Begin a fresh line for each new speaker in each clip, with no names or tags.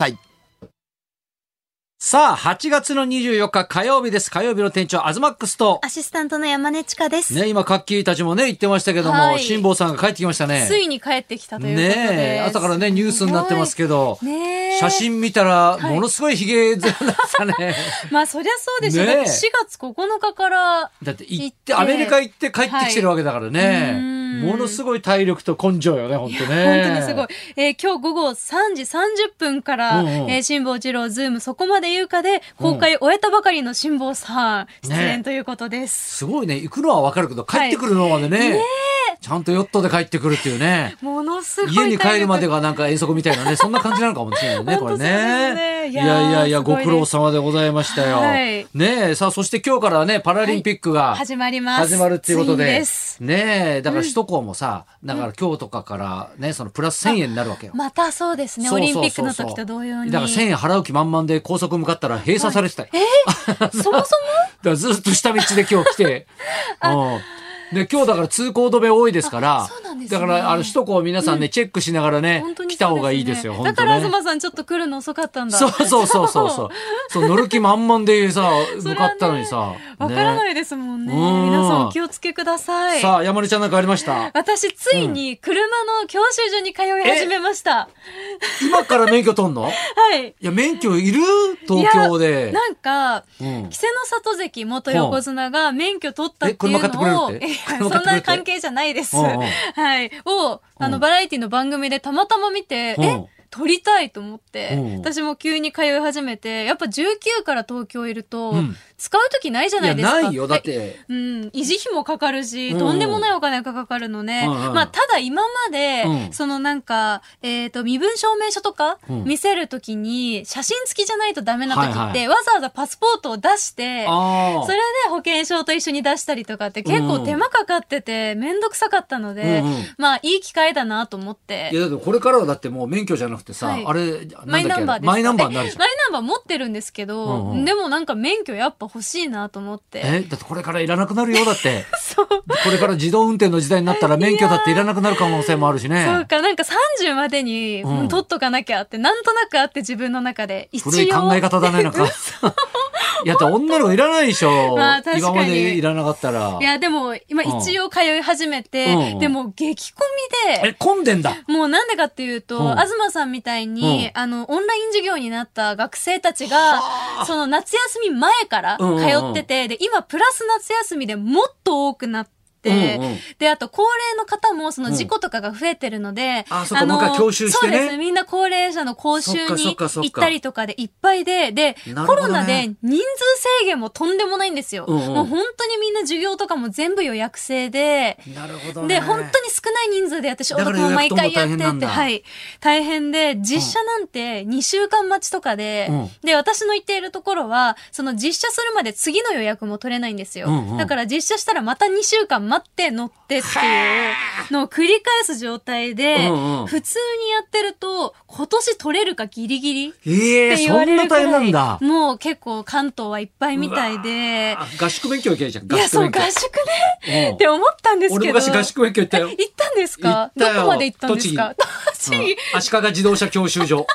さい。
さあ、8月の24日火曜日です。火曜日の店長、アズマックスと。
アシスタントの山根千佳です。
ね、今、活気たちもね、言ってましたけど
は
も、
い
辛坊さんが帰ってきましたね。
ついに帰ってきたということです。
ねえ、朝からね、ニュースになってますけど、
ねえ。
写。真見たら、
はい
ものすごいヒゲ面でした ね。
まあそりゃそうでしょ。
ねえ
だって4月9日から、
だって行っ、
行ってて
アメリカ行って帰ってきてるわけだから
はいう
ね。
ん
ものすごい体力と根性よね、本当ね。
本当にすごい。。えー今日午後3時30分から、
うんうん
えー辛坊治郎ズームそこまで言うかで、公開終えたばかりの辛坊さん、出
ね
演ということです。
すごいね。行くのはわかるけど、帰ってくるのまでね。ちゃんとヨットで帰ってくるっていうね。
ものすごい
家に帰るまで
が。
がなんか遠足みたい なね、そんな感じなのかもしれないね、これ
本当そうです
ね。
ね
い
い
や
や
い
ー
やいや、
すご
ご
いです
苦労様でございましたよ。
はい
ねえ、さあ、そして今日からはね、パラリンピックが
始まります。
始まるっていうこと
つに
で、
す
ねえ、だから首都高もさ、だから今日とかからね、そのプラス1000円になるわけよ。
またそうですね。
そ
オ
う
リ
そう
ン
そうそう
ピックの時と同様に。
だから1000円払う気満々で高速向かったら閉鎖されてたよ。
そもそも
だからずっと下道で今日来 て。うん。で、今日だから通行止め多いですから
あそうなんで、す
だ
ね
から、あの、首都高を皆さんね、チェックしながらね
本当、に
来た方がいいですよ、
そ
本
うね
当
だから
ね。
東さんちょっと来るの遅かったんだ。
そうそうそうそうそう。そう、乗る気満々でさ、
そ
向
れ
か
はね
ったのにさ。
わから
ね
ないですもんね。
うん
皆さんお気をつけください。
さあ、山根ちゃんなんかありま した
私、ついに車の教習所に通い始めました。
今から免許取んの
はい。
いや、免許いる東京で。
なんか、
うん
稀勢の里関元横綱が免許取ったって
え
い
車買ってくれ
う
る
の
っ
を、
て
いや
車買
そ
ってくれるって
んな関係じゃないです。
うんうん
はい。を、あ
う
の、
ん
バラエティの番組でたまたま見て、
うん
え取りたいと思って、
うん
私も急に通い始めて、やっぱ19から東京いると、
うん
使う時ないじゃ
い
な
や、
いですか。
ないよ。だって、
うん、維持費もかかるし、
うん
とんでもないお金がかかるのね。
うんうん
まあ、ただ今まで、
うん
そのなんか、えっ、と、身分証明書とか
うん
見せるときに、写真付きじゃないとダメなときって、
はいはい
わざわざパスポートを出して、
ああ
それで保険証と一緒に出したりとかって結構手間かかってて、めんどくさかったので、
うんうん
まあ、いい機会だなと思って。
いや、だってこれからはだってもう免許じゃなくてさ、
はい
あれ、なんだっけ
マイナンバーです。
マイナンバーになるじゃん
え。マイナンバー持ってるんですけど、
うんうん
でもなんか免許やっぱ欲しいなと思って。
えだってこれからいらなくなるよだって。
そう。
これから自動運転の時代になったら免許だっていらなくなる可能性もあるし
そう
ね。
か、なんか30までに、
うん
うん取っとかなきゃって、なんとなくあって自分の中で、一応。
古い考え方だね、なん か。いや、だって女の子いらないでしょ。
まあ確かに
今までいらなかったら
い。や、でも、今
うん
一応通い始めて、
うん
でも激混み
え、
で、
混んでんだ。
もうなんでかっていうと、
うん
東さんみたいに、あの、オンライン授業になった学生たちが、その夏休み前から通
うんうんうん
ってて、で、今プラス夏休みでもっと多くなっ
うん
て、
うん
で、あと、高齢の方も、その事故とかが増えてるので、
あそっかもう一回教習してね
そうです。みんな高齢者の講習
そっかそっ
に
かそっか
行ったりとかでいっぱいで、で、
なるほ
コ
どね
ロナで人数制限もとんでもないんですよ。
うんうん
もう本当にみんな授業とかも全部予約制で、
なるほどね。
で、本当に少ない人数でやって、消毒も毎回やって
だから予約とも大変な
っ
ん
て、
だ
はい。大変で、実写なんて2週間待ちとかで、
うん
で、私の行っているところは、その実写するまで次の予約も取れないんですよ。
うんうん
だから実写したらまた2週間待って乗ってっていうのを繰り返す状態で、
うんうん
普通にやってると、今年取れるかギリギリっ
ええ
て言
そ
わ
ん
れ
な
るく
大変な
ら
ん
い、
だ。
もう結構関東はいっぱいみたいで、
あ合宿勉強行けばいいじゃん。
い
合
や、
宿
そう、
勉強。
合宿ね
うん
って思ったんですけど。
俺昔合宿勉強行ったよ。
行ったんですか
行ったよ
どこまで行ったんですか栃木、
うん足利自動車教習 所。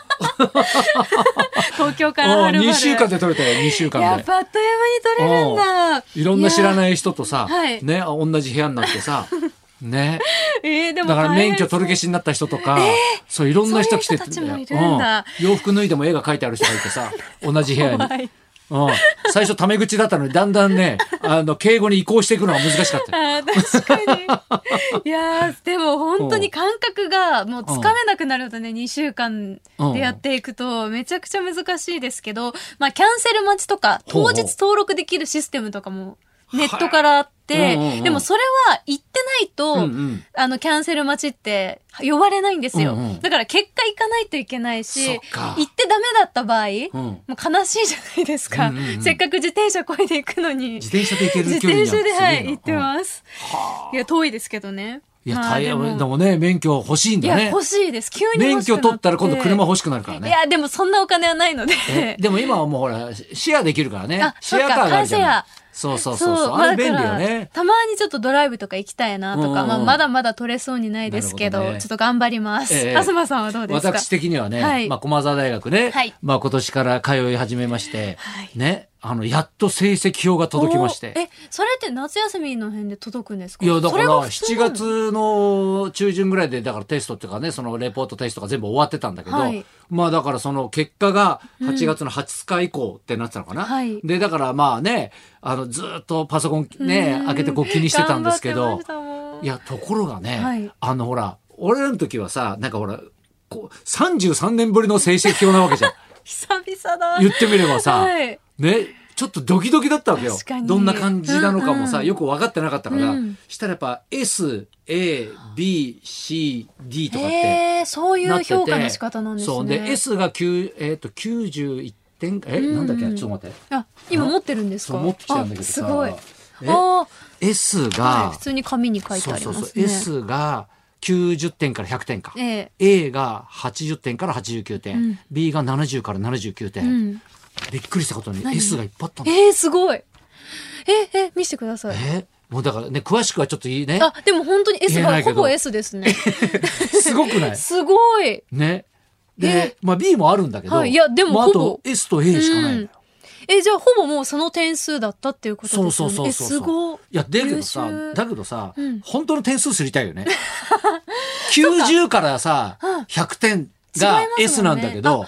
東京からはるばる
2週間で取れたよ、2週間で。
やっぱあっという間に取れるんだ
いろんな知ら
い
ない人とさ、
いやはい
ね、あ同じ部屋になって さ、ね、
やえーで
だ
も
から免許
大変
取り消しになった人とか、そういろんな人来て
そういう人たちもいるんだ
うん、洋服脱いでも絵が描いてある人がいて さ、同じ部屋に。
怖い
うん、最初タメ口だったのに、だんだんね、あの、敬語に移行していくのが難しかったよ。
あー確 かにいやーでも本当に感覚がもうつかめなくなるとね2週間でやっていくとめちゃくちゃ難しいですけど、まあ、キャンセル待ちとか
ほうほ
当
う
日登録できるシステムとかもネットからあっ
はい
て、
うんうんうん
でもそれは行ってないと、
うんうん
あの、キャンセル待ちって呼ばれないんですよ。
うんうん
だから結果行かないといけない
そっ
し、
か
行ってダメだった場合、
うん
もう悲しいじゃないですか。
うんうんうん
せっかく自転車こいで行くのに
自。転車で行け
自
る距離
転
にな
車で、はい、行
行
ってます。いや、遠いですけどね。
いや、
まあ
大
でも
変でもね、免許欲しいん
い
だ
や、
ね。
欲しいです。急に
免
欲しく
許
なって
取ったら今度車欲しくなるから
い
ね。
や、でもそんなお金はないので。
えでも今はもうほら、シェアできるからね
あ。
シェアカーがあるじゃ
そう
ない
か。
そうそうそうそう。あれ便利よね。
たまにちょっとドライブとか行きたいなとか、
うん
まあ、まだまだ取れそうにないですけど、
なるほどね
ちょっと頑張ります。
ええ
東さんはどうですか
私的にはね、
はい
まあ、駒沢大学ね、
はい
まあ、今年から通い始めまして、
はい
ね、あの、やっと成績表が届きまし
おー
て。
え、それって夏休みの辺で届くんですか
いや、だか
それ
ら、
が普通
7
なの
月の中旬ぐらいで、だからテストっていうかね、そのレポートテストが全部終わってたんだけど、
はい
まあだからその結果が8月の20日以降ってなってたのかな。
はい
で、だからまあね、あの、ずっとパソコン
う
ね
ん、
開けてこう気にしてたんですけ
頑張っ
ど
てまし、たもん
いや、ところがね、
はい
あのほら、俺らの時はさ、なんかほら、こう、33年ぶりの成績表なわけ じゃん。
久々だ。
言ってみればさ、
はい
ね、ちょっとドキドキだったわけよ
確か。に
どんな感じなのかもさ、
うんうん
よく分かってなかったから、
うん
したらやっぱ S、A、B、C、D とかって
へえ、そうい
なっ
う
てて。
評価の仕方なんですね。
そう。で、S が9、えっ、と、91点、え、
うん
なんだっけちょっと待って。
あ、今持ってるんですか
そう、持ってきたんだけど
あ
さ。
すごい。
え
あ
S
あ、はい、
が
普、通に紙に書いて
そう
あり
そ
ま
う
す
そ
ね
う。。S が90点から100点か。
ええ
A が80点から89点、
うん
B が70から79点、
うん。
びっくりしたことに
何
S がいっぱいあったんだ
ええすごい。え、え、見せてください。
えもうだからね詳しくはちょっといいね
あ、でも本当に S
言えな
が
いけ
ほ
ど
ぼ S ですね。
すごくない
すごい。
ねで
え
まあ B もあるんだけど、
はいいやでも
まあ、あ
ほぼ
と S と A しかないのよ、
うんえ、じゃあほぼもうその点数だったっていうことですよ
そう
ね。
そうそうそう
え、すごい。
いやだけどさ
優秀
だけどさ、
うん
本当の点数知りたい よね90からさ
うん
100点
違
が
いますもんね
S なんだけど、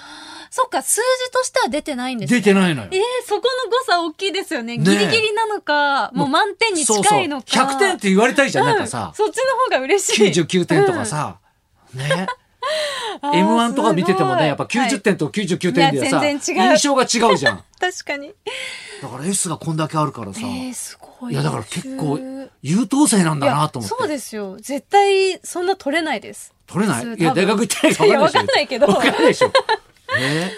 そっか、数字としては出てないんですね
出てないのよ
えー、そこの誤差大きいですよね。
ね
ギリギリなのか、もう満点に
そうそう
近いのか。
100点って言われたいじゃん、なんかさ
うそっちの方が嬉しい。
99点とかさ、 ね M1 とか見ててもね、やっぱ90
点。
点と99点でさ、
いや全然違う
印象が違うじゃん。
はい確かに。
だから S がこんだけあるからさ、
えー、すごい。
いやだから結構
優秀
優等生なんだなと思
いや
って。
そうですよ。絶対、そんな取れないです。
取れな
普
い
通
いや、
多分
大学行ってないか
いや、
ら
わ
分
か
かん
んな
ない
いけ
け
ど。
ど。
え
分かんないでしょ。 ね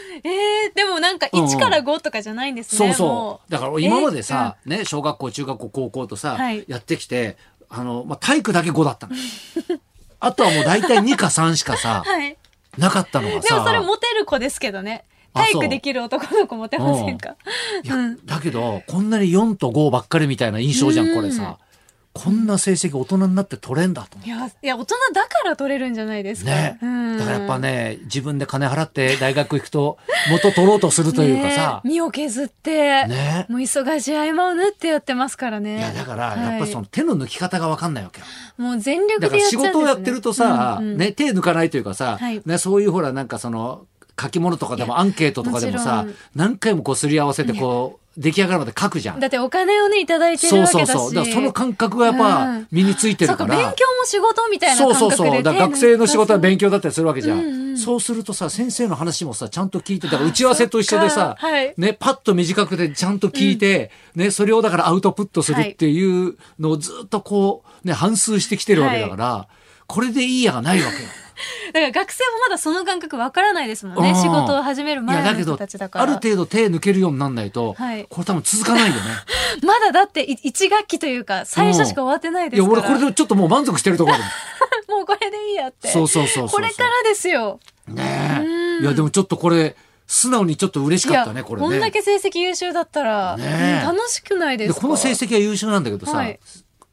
ー、でもなんか1から5とかじゃないんですね。
そう
も
そう。だから今までさ、ね、小学校、中学校、高校とさ、
はい
やってきて、あの、まあ、体育だけ5だったの。あとはもう大体2か3しかさ、
はい。
なかったのが
で
さ、
もそれモテる子ですけどね。
あ
体
そう
育できる男の子モテませんか
いや
うん
だけど、こんなに4と5ばっかりみたいな印象じゃ、
うんん
これさ。こんな成績大人になって取れんだと思っ
い
て。
や、いや、大人だから取れるんじゃないですか。
ね。
うん
だからやっぱね、自分で金払って大学行くと、元取ろうとするというかさ
ねえ、身を削って、
ね
もう忙しい合間を縫ってやってますからね
いやだから
はい
やっぱりその手の抜き方が分かんないわけよ、
もう全力
だから
でやっち
仕
ゃうんです、ね、
事をやってるとさ、
うんうん
ね、手抜かないというかさ、
はい
ね、そういうほらなんかその書き物とかで
い
も
や
アンケートとかでもさ
もちろん
何回もこうすり合わせてこう出来上がるまで書くじゃん。
だってお金をねいただいてる
そう
わけ
そう
だし
そうだからその感覚がやっ
う
ぱ
ん
身についてるから。
そうか勉強も仕事みたいな感
そう
覚
そう
で
そう。だから学生の仕事は勉強だったりするわけじゃん。
うんうん
そうするとさ、先生の話もさ、ちゃんと聞いて、だから打ち合わせと一緒でさ、
そっかはい
ね、パッと短くでちゃんと聞いて、ね、それをだからアウトプットするっていうのをずっとこう、ね、反数してきてるわけだから、これでいいやがないわ けよ。
だから学生もまだその感覚わからないですもんね
うん
仕事を始める
いや、
前
だ
の
けど、
人
あ
たちだから
る程度手抜けるようになんないと、
はい
これ多分続かないよ ね。
まだだってい一学期というか最初しか終わってない
い
で
や、
すから
俺これでちょっともう満足してるところだもん
もうこれ でいいやって
そうそうそうそうそう
これからですよ
ね
う
え。
ん
いや、でもちょっとこれ、素直にちょっと嬉しかったね、これね。
んだけ成績優秀だったら、
ねえ
うん楽しくないで
です
か
この成績は優秀なんだけどさ、
はい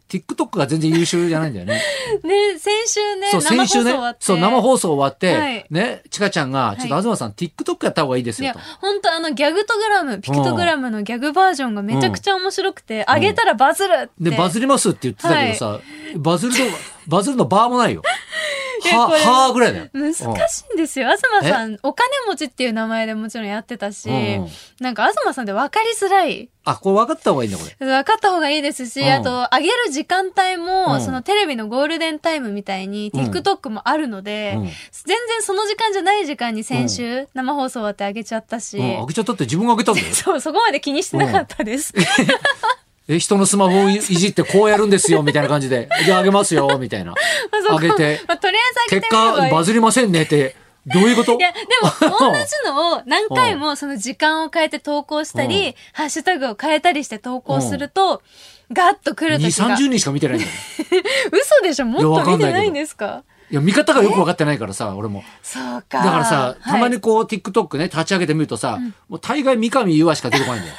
TikTok が全然優秀じゃないんだよ ね。
ね、先週ね、
そう、先週
生
ね
放送終わっ、て。
そう、生放送終わって、
はい
ね、ちかちゃんが、ちょっと東さん、TikTok やった方がいいです
い
よ
や
と。、
本当あのギャグトグラム、ピクトグラムのギャグバージョンがめちゃくちゃ面白くて、あ、げたらバズるって。
で、バズりますって言ってたけどさ、バズる の、バズるのバーもないよ。
いや
は、
これ
はーぐらいだよ。
難しいんですよ。東さん、お金持ちっていう名前でもちろんやってたし、
うん
なんか東さんって分かりづらい。
あ、これ分かった方がいいんだ、これ。
分かった方がいいですし、
うん
あと、上げる時間帯も、
うん
そのテレビのゴールデンタイムみたいに、
うん
TikTok もあるので、
うん
全然その時間じゃない時間に先週、生放送終わってあげちゃったし、
うん、開けちゃったって自分が開けたんだよ。
そう、そこまで気にしてなかったです。
え、人のスマ ホをいいじってこうやるんですよ、みたいな感じで。 じゃああげますよ、みたいな。
ま あそこ
上げて
まあ、とりあえず上げ
結
てみればい
果、
い
バズりませんねって、どういうこと
いや、でも、同じのを何回もその時間を変えて投稿した
う
り、ハッシュタグを変えたりして投稿すると、ガッと来る
2、
時が。
30人しか見てないんだよ。
嘘でしょもっ
いやわ
と
か
見
んないけど
てないんですか
いや、見方がよく分かってないからさ、俺も。
そうか。
だからさ、
はい
たまにこう、TikTok ね、立ち上げてみるとさ、もう大概三上優愛しか出てこないんだよ。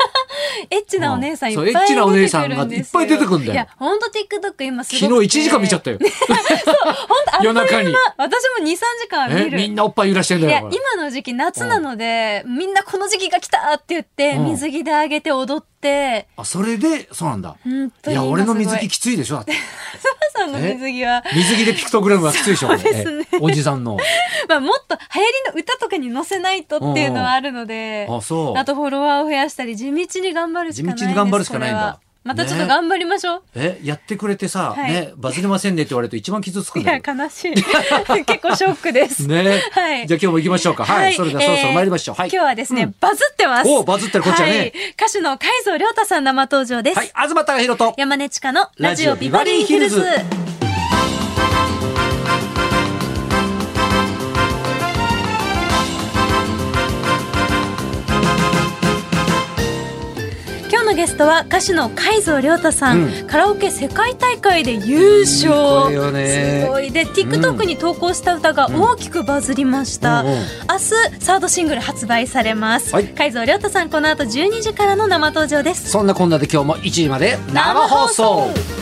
エッチなお姉さんいっ
そう
ぱ
エ
い
ッチ
出てくる
なお
ん
姉
ですよ
さんがいっぱい出てくんだよ
いや、ほんと TikTok 今すご
昨
くて。
日1時間見ちゃ ったよ。
ほんとあっという
夜
間
中に。
私も2、3時間は
え
見る。
みんなおっぱい揺らしてん
い
だ
や
よ。これ
今の時期夏なので、みんなこの時期が来たって言って、
うん
水着であげて踊って、
あ、それで、そうなんだ。
本当
いや、
に
俺の水着
着
きついでしょ。だって
さんの水着は、
水着でピクトグラムはきついで しょ。これ
そうですね
えおじさ んの。
まあ、もっと流行りの歌とかに載せないとっていうのはあるので、
あ、そう。
あとフォロワーを増やしたり、地道に頑張るしかないで
地
す
道に頑張るしかないんだ
これはまたちょっと
ね
頑張りましょう。
え、やってくれてさ、
はい
ね、バズりませんねって言われると一番傷つくん
いや、
だ
悲
よ。
しい。 結構ショックです。
ね。
はい
じゃあ今日も行きましょうか。はい。それではそろそろ参りましょう。
えー
はい。
今日はですね、
うん
バズってます。
おバズってるこっちはね
い歌手の海蔵亮太さん生登場です。
はい。東隆弘と。
山根千佳のラジオビバリーヒルズ
ラジオビバリーヒ。
今日のゲストは歌手の海蔵亮太さん、
う
カラオケ世界大会で優勝、
いい声よね
すごいで TikTok に投稿した歌が大きくバズりました、
うんうん
明日サードシングル発売されます、
はい
海蔵亮太さんこの後12時からの生登場です
そんなこんなで今日も1時まで生放送